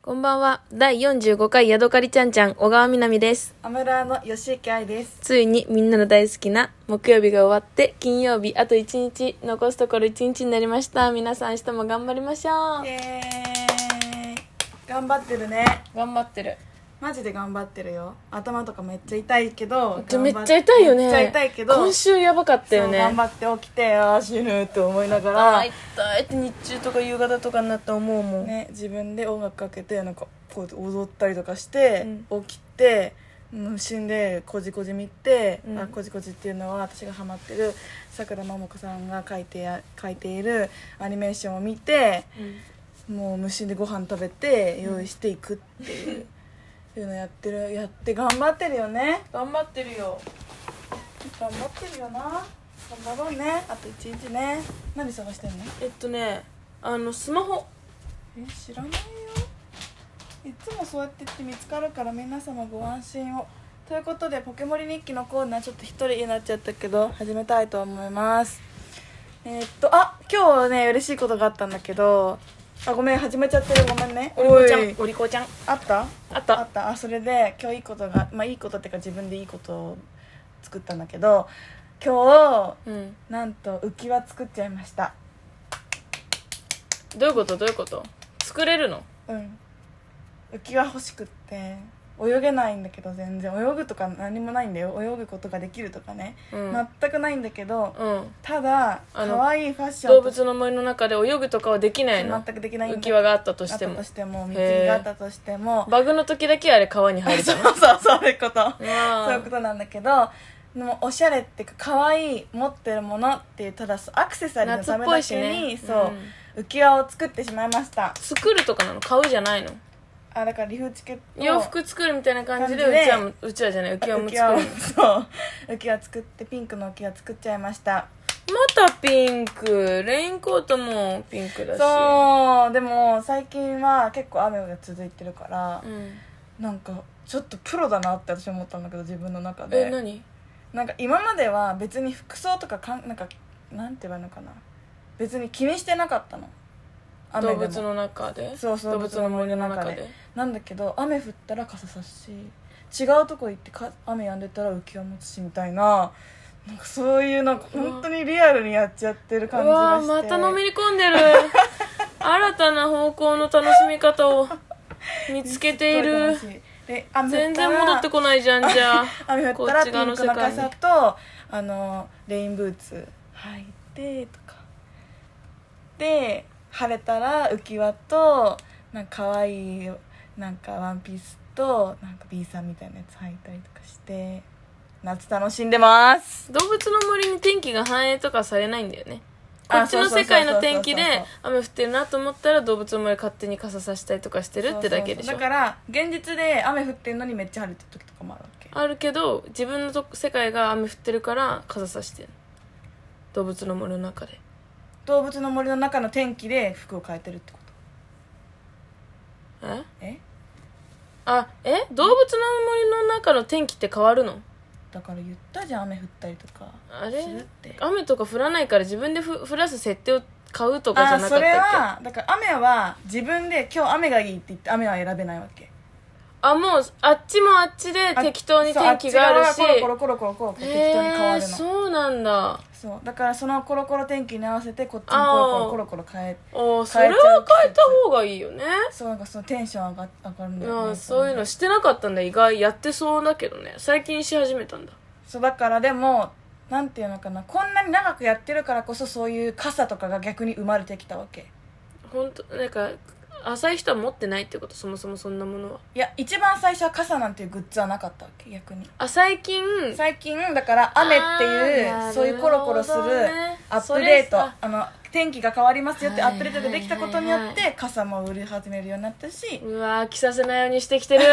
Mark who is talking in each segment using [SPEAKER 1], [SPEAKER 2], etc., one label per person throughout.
[SPEAKER 1] こんばんは。第45回ヤドカリちゃんちゃん、小川みなみです。
[SPEAKER 2] アムラーの吉池愛です。
[SPEAKER 1] ついにみんなの大好きな木曜日が終わって、金曜日あと1日、残すところ1日になりました。皆さん明日も頑張りましょう
[SPEAKER 2] イ。エーイ頑張ってるね。
[SPEAKER 1] 頑張ってる。
[SPEAKER 2] マジで頑張ってるよ。頭とかめっちゃ痛いけど。
[SPEAKER 1] めっちゃ痛いよね。
[SPEAKER 2] めっちゃ痛いけど。
[SPEAKER 1] 今週やばかったよね。
[SPEAKER 2] そう頑張って起きて、ああ死ぬって思いなが
[SPEAKER 1] あ
[SPEAKER 2] ら
[SPEAKER 1] ー、痛いって日中とか夕方とかになったら思うもん。
[SPEAKER 2] ね、自分で音楽かけて、なんかこうやって踊ったりとかして、起きて、うん死んでこじこじ見て、
[SPEAKER 1] うん
[SPEAKER 2] あこじこじっていうのは私がハマってるさくらももこさんが描いてや描いているアニメーションを見て
[SPEAKER 1] うん
[SPEAKER 2] もう無心でご飯食べて用意していくっていう、いうのやってるやって頑張ってるよね
[SPEAKER 1] 頑張ってるよ。
[SPEAKER 2] 頑張ってるよな頑張ろうねあと1日ね何探してんの
[SPEAKER 1] えっとね、あの、スマホ。
[SPEAKER 2] え知らないよいつもそうやって言って見つかるから皆様ご安心をということでポケモリ日記のコーナーちょっと一人になっちゃったけど始めたいと思いますえーっとあ今日はね嬉しいことがあったんだけどあごめん始めちゃってるごめんね
[SPEAKER 1] おりこちゃ
[SPEAKER 2] おい
[SPEAKER 1] ん、おりこちゃん。
[SPEAKER 2] あった
[SPEAKER 1] あっ
[SPEAKER 2] あ
[SPEAKER 1] た
[SPEAKER 2] っ。たあそれで今日いいことがまあいいことっていうか自分でいいことを作ったんだけど今
[SPEAKER 1] うん。
[SPEAKER 2] 日なんと浮き輪作っちゃいました
[SPEAKER 1] どういうことどういうこと作れるの
[SPEAKER 2] うん浮き輪欲しくって泳げないんだけど全然泳ぐとか何もないんだよ泳ぐことができるとかね、
[SPEAKER 1] うん。
[SPEAKER 2] 全くないんだけど
[SPEAKER 1] うん。
[SPEAKER 2] ただ
[SPEAKER 1] あの
[SPEAKER 2] 可愛いファッション
[SPEAKER 1] 動
[SPEAKER 2] として
[SPEAKER 1] 物の森の中で泳ぐとかはできないの
[SPEAKER 2] 全くできないんだ
[SPEAKER 1] 浮き輪があった
[SPEAKER 2] あ
[SPEAKER 1] と
[SPEAKER 2] った
[SPEAKER 1] しても
[SPEAKER 2] としても
[SPEAKER 1] へ
[SPEAKER 2] 水
[SPEAKER 1] ー
[SPEAKER 2] 着があったとしても
[SPEAKER 1] バグの時だけあれ川に入る
[SPEAKER 2] そ
[SPEAKER 1] の
[SPEAKER 2] うそうそういうこと
[SPEAKER 1] わー
[SPEAKER 2] そういうことなんだけどでもおしゃれっていうか可愛い持ってるものっていうただそうアクセサリーの
[SPEAKER 1] 夏
[SPEAKER 2] た
[SPEAKER 1] っ
[SPEAKER 2] め
[SPEAKER 1] ぽ
[SPEAKER 2] だ
[SPEAKER 1] いし
[SPEAKER 2] けに、
[SPEAKER 1] ね
[SPEAKER 2] そう、浮き輪を作ってしまいました
[SPEAKER 1] 作るとかなの買うじゃないの
[SPEAKER 2] あだからリフチケットを
[SPEAKER 1] 洋服作るみたいな感じで
[SPEAKER 2] 感じで
[SPEAKER 1] うちわもうちわじゃない浮き輪も
[SPEAKER 2] 浮き
[SPEAKER 1] 作
[SPEAKER 2] 輪
[SPEAKER 1] る
[SPEAKER 2] を
[SPEAKER 1] の
[SPEAKER 2] そう浮き輪作ってピンクの浮き輪作っちゃいました
[SPEAKER 1] またピンクレインコートもピンクだし
[SPEAKER 2] そうでも最近は結構雨が続いてるから、
[SPEAKER 1] ん、
[SPEAKER 2] なんかちょっとプロだなって私思ったんだけど自分の中
[SPEAKER 1] え
[SPEAKER 2] で
[SPEAKER 1] 何
[SPEAKER 2] なんか今までは別に服装とかかんなんかなんて言えばいいのかな別に気にしてなかったの雨で
[SPEAKER 1] 動
[SPEAKER 2] も
[SPEAKER 1] 物の中で
[SPEAKER 2] そうそう
[SPEAKER 1] 動物の森の中
[SPEAKER 2] 動物の森の
[SPEAKER 1] で
[SPEAKER 2] 中でなんだけど雨降ったら傘さすし違うとこ行ってか雨止んでたら浮き輪持つしみたいななんかそういうなんか
[SPEAKER 1] うわ
[SPEAKER 2] 本当にリアルにやっちゃってる
[SPEAKER 1] う
[SPEAKER 2] 感じ
[SPEAKER 1] わ
[SPEAKER 2] がし
[SPEAKER 1] ー
[SPEAKER 2] て
[SPEAKER 1] またのめり込ん でる新たな方向の楽しみ方を見つけている
[SPEAKER 2] すごい楽しいで雨降ったら
[SPEAKER 1] 全然戻ってこないじゃんじゃあ
[SPEAKER 2] 雨降った
[SPEAKER 1] こっ
[SPEAKER 2] ら
[SPEAKER 1] ち
[SPEAKER 2] ピ
[SPEAKER 1] 側の
[SPEAKER 2] ン
[SPEAKER 1] 世
[SPEAKER 2] ク
[SPEAKER 1] 界
[SPEAKER 2] の
[SPEAKER 1] に
[SPEAKER 2] 傘とあのレインブーツ履いてとかで晴れたら浮き輪となんか可愛いなんかワンピースとなんか B さんみたいなやつ履いたりとかして夏楽しんでます
[SPEAKER 1] 動物の森に天気が反映とかされないんだよねこ
[SPEAKER 2] あ
[SPEAKER 1] っちの
[SPEAKER 2] そうそうそうそう
[SPEAKER 1] 世界の天気で雨降ってるなと思ったら動物の森勝手に傘さしたりとかしてるってだけでし
[SPEAKER 2] そうそうそ
[SPEAKER 1] ょ
[SPEAKER 2] うだから現実で雨降ってるのにめっちゃ晴れてる時とかもあるわけ
[SPEAKER 1] あるけど自分のと世界が雨降ってるから傘さしてる動物の森の中で
[SPEAKER 2] 動物の森の中の天気で服を変えてるってこと
[SPEAKER 1] え
[SPEAKER 2] え
[SPEAKER 1] あえ動物の森の中の天気って変わるの
[SPEAKER 2] だから言ったじゃん雨降ったりとか
[SPEAKER 1] あ
[SPEAKER 2] するっ
[SPEAKER 1] れ
[SPEAKER 2] て
[SPEAKER 1] 雨とか降らないから自分でふ降らす設定を買うとかじゃ
[SPEAKER 2] あ
[SPEAKER 1] なか
[SPEAKER 2] そ
[SPEAKER 1] ったっけ
[SPEAKER 2] れ
[SPEAKER 1] あ
[SPEAKER 2] はだから雨は自分で今日雨がいいって言って雨は選べないわけ
[SPEAKER 1] もうあっちもあっちで適当に天気があるし
[SPEAKER 2] そうっち側がコロコロコロコロコロ適当に変
[SPEAKER 1] へ
[SPEAKER 2] わる
[SPEAKER 1] え
[SPEAKER 2] の、
[SPEAKER 1] そうなんだ
[SPEAKER 2] そうだからそのコロコロ天気に合わせてこっちにコロコロコロコロ変え
[SPEAKER 1] おーそ
[SPEAKER 2] 変
[SPEAKER 1] れ
[SPEAKER 2] えちゃう
[SPEAKER 1] は変えた方がいいよね
[SPEAKER 2] そうなんかそのテンション上が上がるん
[SPEAKER 1] い
[SPEAKER 2] だよ
[SPEAKER 1] や
[SPEAKER 2] ね
[SPEAKER 1] そういうのしてなかったんだ意外やってそうだけどね最近し始めたんだ
[SPEAKER 2] そうだからでもなんていうのかなこんなに長くやってるからこそそういう傘とかが逆に生まれてきたわけ
[SPEAKER 1] 本当なんか浅い人は持ってないってことそもそもそんなものはい
[SPEAKER 2] や一番最初は傘なんていうグッズはなかったわけ逆に
[SPEAKER 1] あ最近
[SPEAKER 2] 最近だから雨って
[SPEAKER 1] あ
[SPEAKER 2] い
[SPEAKER 1] ー
[SPEAKER 2] うそういうコロコロする
[SPEAKER 1] なるほどね
[SPEAKER 2] アップデー
[SPEAKER 1] それ
[SPEAKER 2] ト、
[SPEAKER 1] さ
[SPEAKER 2] あの天気が変わりますよって
[SPEAKER 1] は
[SPEAKER 2] ア
[SPEAKER 1] い
[SPEAKER 2] ップデートができたことによっ
[SPEAKER 1] はい
[SPEAKER 2] て傘も売り始めるようになったし
[SPEAKER 1] うわー着させないようにしてき てる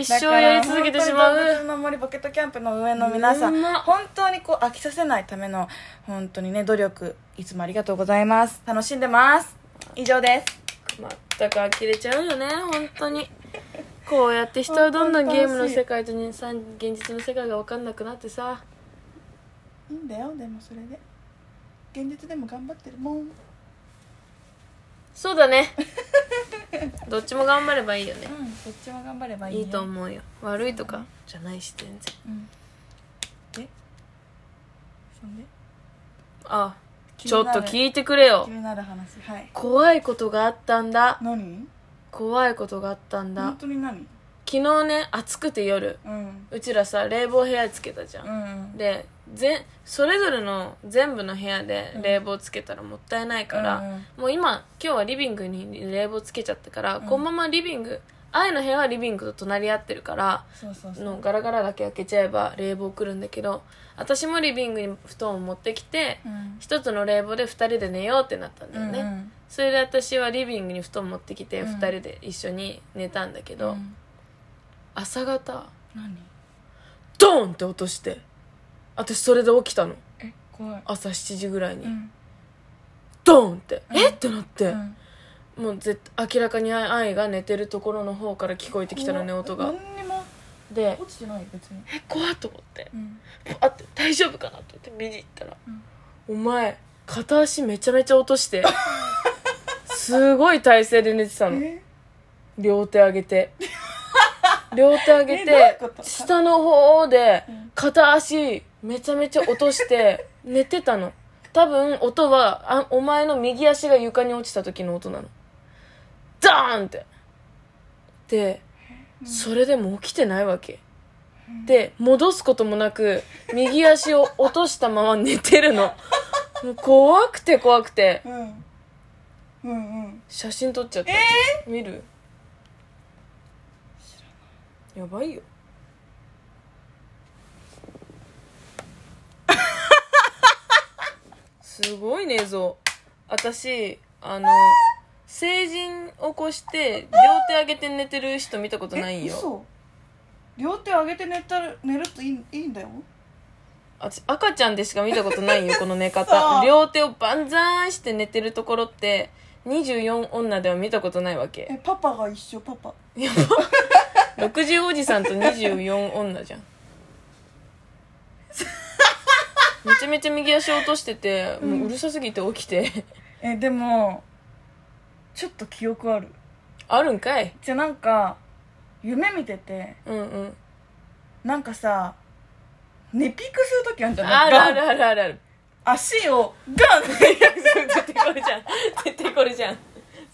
[SPEAKER 1] 一
[SPEAKER 2] だ
[SPEAKER 1] 生
[SPEAKER 2] から
[SPEAKER 1] やり続けてしま
[SPEAKER 2] 本当に動
[SPEAKER 1] う
[SPEAKER 2] 物の森ポケットキャンプの上の皆さん
[SPEAKER 1] うまっ
[SPEAKER 2] 本当にこう飽きさせないための本当にね努力いつもありがとうございます楽しんでます以上です
[SPEAKER 1] 全く呆れちゃうよね本当にこうやって人はどんどんゲームの世界と人間現実の世界が分かんなくなってさ
[SPEAKER 2] いいんだよでもそれで現実でも頑張ってるもん
[SPEAKER 1] そうだねどっちも頑張ればいいよね
[SPEAKER 2] うんどっちも頑張ればいい、ね、
[SPEAKER 1] いいと思うよ悪いとかじゃないし全然
[SPEAKER 2] うんでそんで
[SPEAKER 1] あ
[SPEAKER 2] 気
[SPEAKER 1] ちょ
[SPEAKER 2] に
[SPEAKER 1] っ
[SPEAKER 2] な
[SPEAKER 1] と
[SPEAKER 2] る
[SPEAKER 1] 聞いてくれよ
[SPEAKER 2] 気になる話はい
[SPEAKER 1] 怖いことがあったんだ
[SPEAKER 2] 何
[SPEAKER 1] 怖いことがあったんだ
[SPEAKER 2] 本当に何
[SPEAKER 1] 昨日ね暑くて夜
[SPEAKER 2] うん
[SPEAKER 1] うちらさ冷房部屋つけたじゃん、
[SPEAKER 2] うん
[SPEAKER 1] でぜそれぞれの全部の部屋で冷房つけたらもったいないから、
[SPEAKER 2] うんうん
[SPEAKER 1] もう今今日はリビングに冷房つけちゃったから、
[SPEAKER 2] うん
[SPEAKER 1] このままリビング愛の部屋はリビングと隣り合ってるから
[SPEAKER 2] そうそうそう
[SPEAKER 1] のガラガラだけ開けちゃえば冷房来るんだけど私もリビングに布団を持ってきて、
[SPEAKER 2] うん
[SPEAKER 1] 一つの冷房で2人で寝ようってなったんだよね、
[SPEAKER 2] うんうん
[SPEAKER 1] それで私はリビングに布団持ってきて
[SPEAKER 2] うん
[SPEAKER 1] 2人で一緒に寝たんだけど、
[SPEAKER 2] うん
[SPEAKER 1] 朝方
[SPEAKER 2] 何
[SPEAKER 1] ドーンって落として私それで起きたの
[SPEAKER 2] え怖い
[SPEAKER 1] 朝7時ぐらいに、
[SPEAKER 2] うん
[SPEAKER 1] ドーンって、
[SPEAKER 2] うん
[SPEAKER 1] えってなって、
[SPEAKER 2] うん
[SPEAKER 1] もう絶明らかに愛が寝てるところの方から聞こえてきたのね
[SPEAKER 2] 怖い
[SPEAKER 1] 音が
[SPEAKER 2] 何にも
[SPEAKER 1] で
[SPEAKER 2] 落ちてない別に
[SPEAKER 1] え怖っと思って
[SPEAKER 2] うん
[SPEAKER 1] あって大丈夫かなと思って見に行ったら、
[SPEAKER 2] うん
[SPEAKER 1] お前片足めちゃめちゃ落としてすごい体勢で寝てたの
[SPEAKER 2] え
[SPEAKER 1] 両手上げ て両手上げ
[SPEAKER 2] えどういう
[SPEAKER 1] て
[SPEAKER 2] こと
[SPEAKER 1] 下の方で
[SPEAKER 2] うん
[SPEAKER 1] 片足めちゃめちゃ落と して寝てたの多分音はあお前の右足が床に落ちた時の音なのダーンってで
[SPEAKER 2] うん
[SPEAKER 1] それでも起きてないわけで戻すこともなく右足を落としたまま寝てるのもう怖くて怖くて
[SPEAKER 2] うんうんうん
[SPEAKER 1] 写真撮っちゃった、見るやばいよすごいね像私あの成人起こして両手上げて寝てる人見たことない
[SPEAKER 2] え
[SPEAKER 1] よ
[SPEAKER 2] 嘘両手上げて寝たる寝るといいいいんだよ
[SPEAKER 1] 私赤ちゃんでしか見たことないよこの寝
[SPEAKER 2] そ
[SPEAKER 1] 方
[SPEAKER 2] う
[SPEAKER 1] 両手を万歳して寝てるところって24女では見たことないわけ
[SPEAKER 2] えパパが一緒パパ
[SPEAKER 1] 60おじさんと24女じゃんめちゃめちゃ右足落としてて、もううるさすぎて起きて
[SPEAKER 2] えでもちょっと記憶ある
[SPEAKER 1] あるんかい
[SPEAKER 2] じゃあなんか夢見てて
[SPEAKER 1] うんうん
[SPEAKER 2] なんかさ寝ピクする時あるんじゃない
[SPEAKER 1] あるある
[SPEAKER 2] ガン
[SPEAKER 1] あるあるある
[SPEAKER 2] 足をガンって
[SPEAKER 1] 絶対これじゃん絶対これじゃん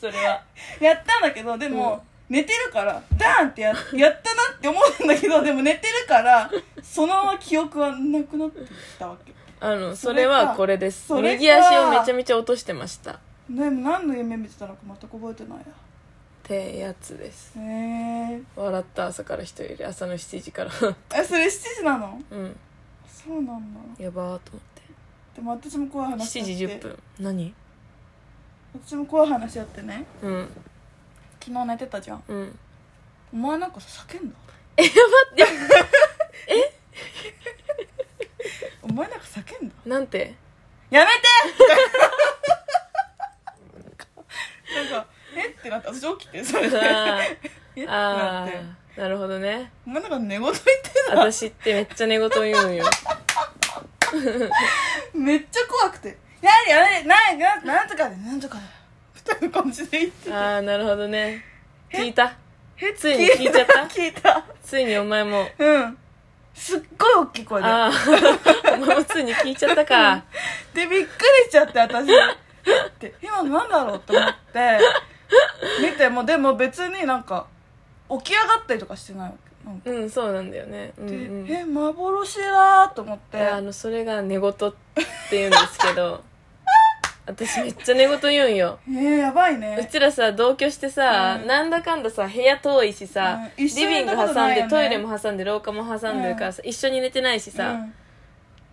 [SPEAKER 1] それは
[SPEAKER 2] やったんだけどでも、寝てるからダーンってややったなって思うんだけどでも寝てるからそのまま記憶はなくなってきたわけ
[SPEAKER 1] あのそ
[SPEAKER 2] そ
[SPEAKER 1] れ
[SPEAKER 2] れか
[SPEAKER 1] はこれです
[SPEAKER 2] それか
[SPEAKER 1] 右足をめちゃめちゃ落としてましたっ
[SPEAKER 2] でも何の夢見てたのか全く覚えてないや
[SPEAKER 1] てやつです
[SPEAKER 2] へえ
[SPEAKER 1] 笑った朝から人より朝の7時から
[SPEAKER 2] えそれ7時なの
[SPEAKER 1] うん
[SPEAKER 2] そうなんだ
[SPEAKER 1] やばーと思って
[SPEAKER 2] でも私も怖い話あって
[SPEAKER 1] 7時10分何
[SPEAKER 2] 私も怖い話あってね
[SPEAKER 1] うん
[SPEAKER 2] 昨日寝てたじゃん
[SPEAKER 1] うん
[SPEAKER 2] お前なんかさ叫んだ
[SPEAKER 1] え待って
[SPEAKER 2] お前なんか叫んだ
[SPEAKER 1] なんて
[SPEAKER 2] やめて なんかえって なって私起きてそれで
[SPEAKER 1] あ
[SPEAKER 2] えって
[SPEAKER 1] ー
[SPEAKER 2] なっ
[SPEAKER 1] あ
[SPEAKER 2] て
[SPEAKER 1] ーなるほどね
[SPEAKER 2] お前なんか寝言言ってた
[SPEAKER 1] 私ってめっちゃ寝言言 うんよ
[SPEAKER 2] めっちゃ怖くて「やれやれなんなんなんとかでなんとかで」みたいな感じで言って
[SPEAKER 1] ああなるほどね聞いた
[SPEAKER 2] え
[SPEAKER 1] ついに聞いちゃった
[SPEAKER 2] 聞いた
[SPEAKER 1] ついにお前も
[SPEAKER 2] うんすっごい大きい声で
[SPEAKER 1] ああ お前もついに聞いちゃったか
[SPEAKER 2] でびっくりしちゃって私って今のなんだろうと思って見てもでも別になんか起き上がったりとかしてないわけなんか
[SPEAKER 1] うんそうなんだよねうんう
[SPEAKER 2] で、
[SPEAKER 1] ん
[SPEAKER 2] え幻だーと思って
[SPEAKER 1] いやあのそれが寝言って言うんですけ ど私めっちゃ寝言言うんよ
[SPEAKER 2] えー、やばいうね
[SPEAKER 1] ちらさ同居してさ、
[SPEAKER 2] うん
[SPEAKER 1] なんだかんださ部屋遠いしさ、
[SPEAKER 2] うん
[SPEAKER 1] リ
[SPEAKER 2] 一緒
[SPEAKER 1] ビ
[SPEAKER 2] に寝
[SPEAKER 1] ング挟
[SPEAKER 2] たこと
[SPEAKER 1] ん
[SPEAKER 2] ない
[SPEAKER 1] で、
[SPEAKER 2] よね
[SPEAKER 1] トイレも挟んで廊下も挟んでるからさ、一緒に寝てないしさ、
[SPEAKER 2] うん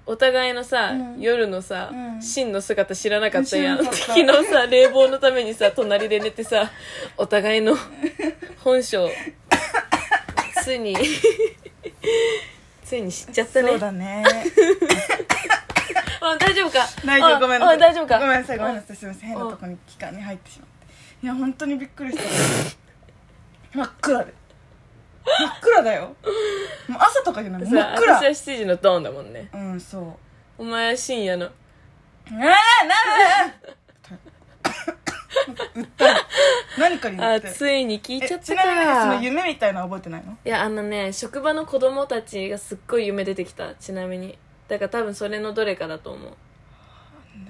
[SPEAKER 1] お互いのさ、
[SPEAKER 2] うん
[SPEAKER 1] 夜のさ、
[SPEAKER 2] うん
[SPEAKER 1] 真の姿知らなかったやん
[SPEAKER 2] 知らなかった
[SPEAKER 1] 昨日さ冷房のためにさ隣で寝てさお互い の本性つ いについに知っちゃったね
[SPEAKER 2] そうだね
[SPEAKER 1] あ大丈夫か
[SPEAKER 2] 大丈 夫
[SPEAKER 1] あ
[SPEAKER 2] ごめんなさ
[SPEAKER 1] あ
[SPEAKER 2] い
[SPEAKER 1] 大丈夫か
[SPEAKER 2] ごめんなさいごめんなさいすいません変なとこに期間に入ってしまっていや本当にびっくりした真っ暗で真っ暗だよもう朝とかじゃない
[SPEAKER 1] さ
[SPEAKER 2] 真っ
[SPEAKER 1] あ私は
[SPEAKER 2] 暗
[SPEAKER 1] 7時のトーンだもんね
[SPEAKER 2] うんそう
[SPEAKER 1] お前は深夜の
[SPEAKER 2] なあなあ何かに乗
[SPEAKER 1] あ
[SPEAKER 2] って
[SPEAKER 1] ついに聞いちゃ
[SPEAKER 2] え
[SPEAKER 1] っ
[SPEAKER 2] ち
[SPEAKER 1] た
[SPEAKER 2] なみに
[SPEAKER 1] か
[SPEAKER 2] その夢みたいなの覚えてないの
[SPEAKER 1] いやあのね職場の子供たちがすっごい夢出てきたちなみにだから多分それのどれかだと思う、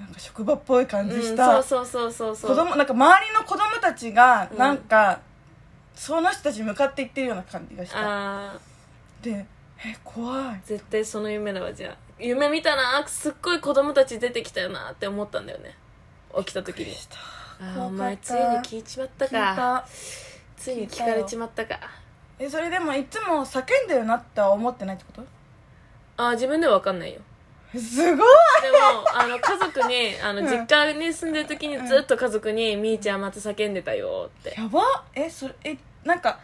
[SPEAKER 2] なんか職場っぽい感
[SPEAKER 1] う
[SPEAKER 2] じ
[SPEAKER 1] ん、
[SPEAKER 2] し
[SPEAKER 1] そ
[SPEAKER 2] た、
[SPEAKER 1] うそうそうそうそう
[SPEAKER 2] 子供なんか周りの子供たちが
[SPEAKER 1] うん
[SPEAKER 2] なんか、その人たちに向かっていってるような感じがした
[SPEAKER 1] ああ
[SPEAKER 2] でえ怖い
[SPEAKER 1] 絶対その夢だわじゃあ夢見たなすっごい子供たち出てきたよなって思ったんだよね起きた時に
[SPEAKER 2] した
[SPEAKER 1] あ
[SPEAKER 2] 怖かった
[SPEAKER 1] ーお前ついに聞いちまった
[SPEAKER 2] 聞い
[SPEAKER 1] か
[SPEAKER 2] た
[SPEAKER 1] ついに聞かれちまったか
[SPEAKER 2] えそれでもいつも叫んでるなっては思ってないってこと
[SPEAKER 1] あー自分では分かんないよ
[SPEAKER 2] すごい
[SPEAKER 1] でもあの家族にあの
[SPEAKER 2] うん
[SPEAKER 1] 実家に住んでる時にずっと家族に「みーちゃんまた叫んでたよ」って
[SPEAKER 2] やばえそれえなんか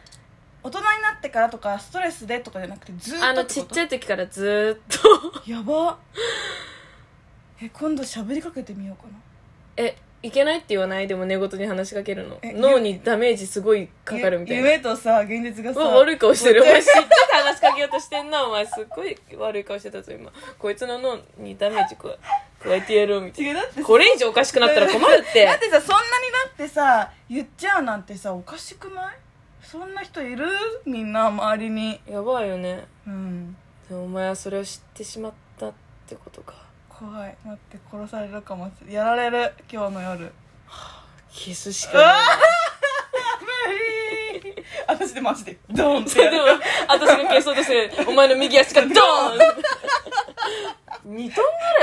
[SPEAKER 2] 大人になってからとかストレスでとかじゃなくてずーっと
[SPEAKER 1] あのちっちゃ
[SPEAKER 2] い
[SPEAKER 1] い時からずーっと
[SPEAKER 2] やばえ今度喋りかけてみようかな
[SPEAKER 1] えいけないって言わないでも寝言に話しかけるの
[SPEAKER 2] え
[SPEAKER 1] 脳にダメージすごいかかるみたいな
[SPEAKER 2] ゆ夢とさ現実が
[SPEAKER 1] う
[SPEAKER 2] さ
[SPEAKER 1] わ悪い顔してるお前
[SPEAKER 2] 絶
[SPEAKER 1] 知ってて話しかけようとしてんなお前すっごい悪い顔してたぞ今こいつの脳にダメージ加え加えてやろうみたい
[SPEAKER 2] 違うだって
[SPEAKER 1] なこれ以上おかしくなったら困るっ
[SPEAKER 2] だっててさそんなにだってさ言っちゃうなんてさおかしくないそんな人いるみんな周りに
[SPEAKER 1] やばいよね
[SPEAKER 2] うん
[SPEAKER 1] でもお前はそれを知ってしまったってことか
[SPEAKER 2] 怖い待って殺されるかもしれないやられる今日の夜
[SPEAKER 1] キスしかない
[SPEAKER 2] 無理私でマジでドンって
[SPEAKER 1] それ
[SPEAKER 2] や
[SPEAKER 1] で
[SPEAKER 2] る
[SPEAKER 1] も私が消そうとしてお前の右足がドーン2トンぐらい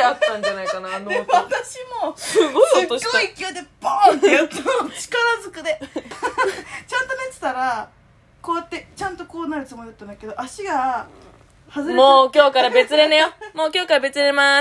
[SPEAKER 1] あったんじゃないかなあの
[SPEAKER 2] で
[SPEAKER 1] 音
[SPEAKER 2] も私も
[SPEAKER 1] すごい
[SPEAKER 2] すっ
[SPEAKER 1] 音
[SPEAKER 2] ごい
[SPEAKER 1] した
[SPEAKER 2] 勢いでボーンってやったの力ずくでちゃんと寝てたらこうやってちゃんとこうなるつもりだったんだけど足が外れちゃって
[SPEAKER 1] もう今日から別れねよもう今日から別れます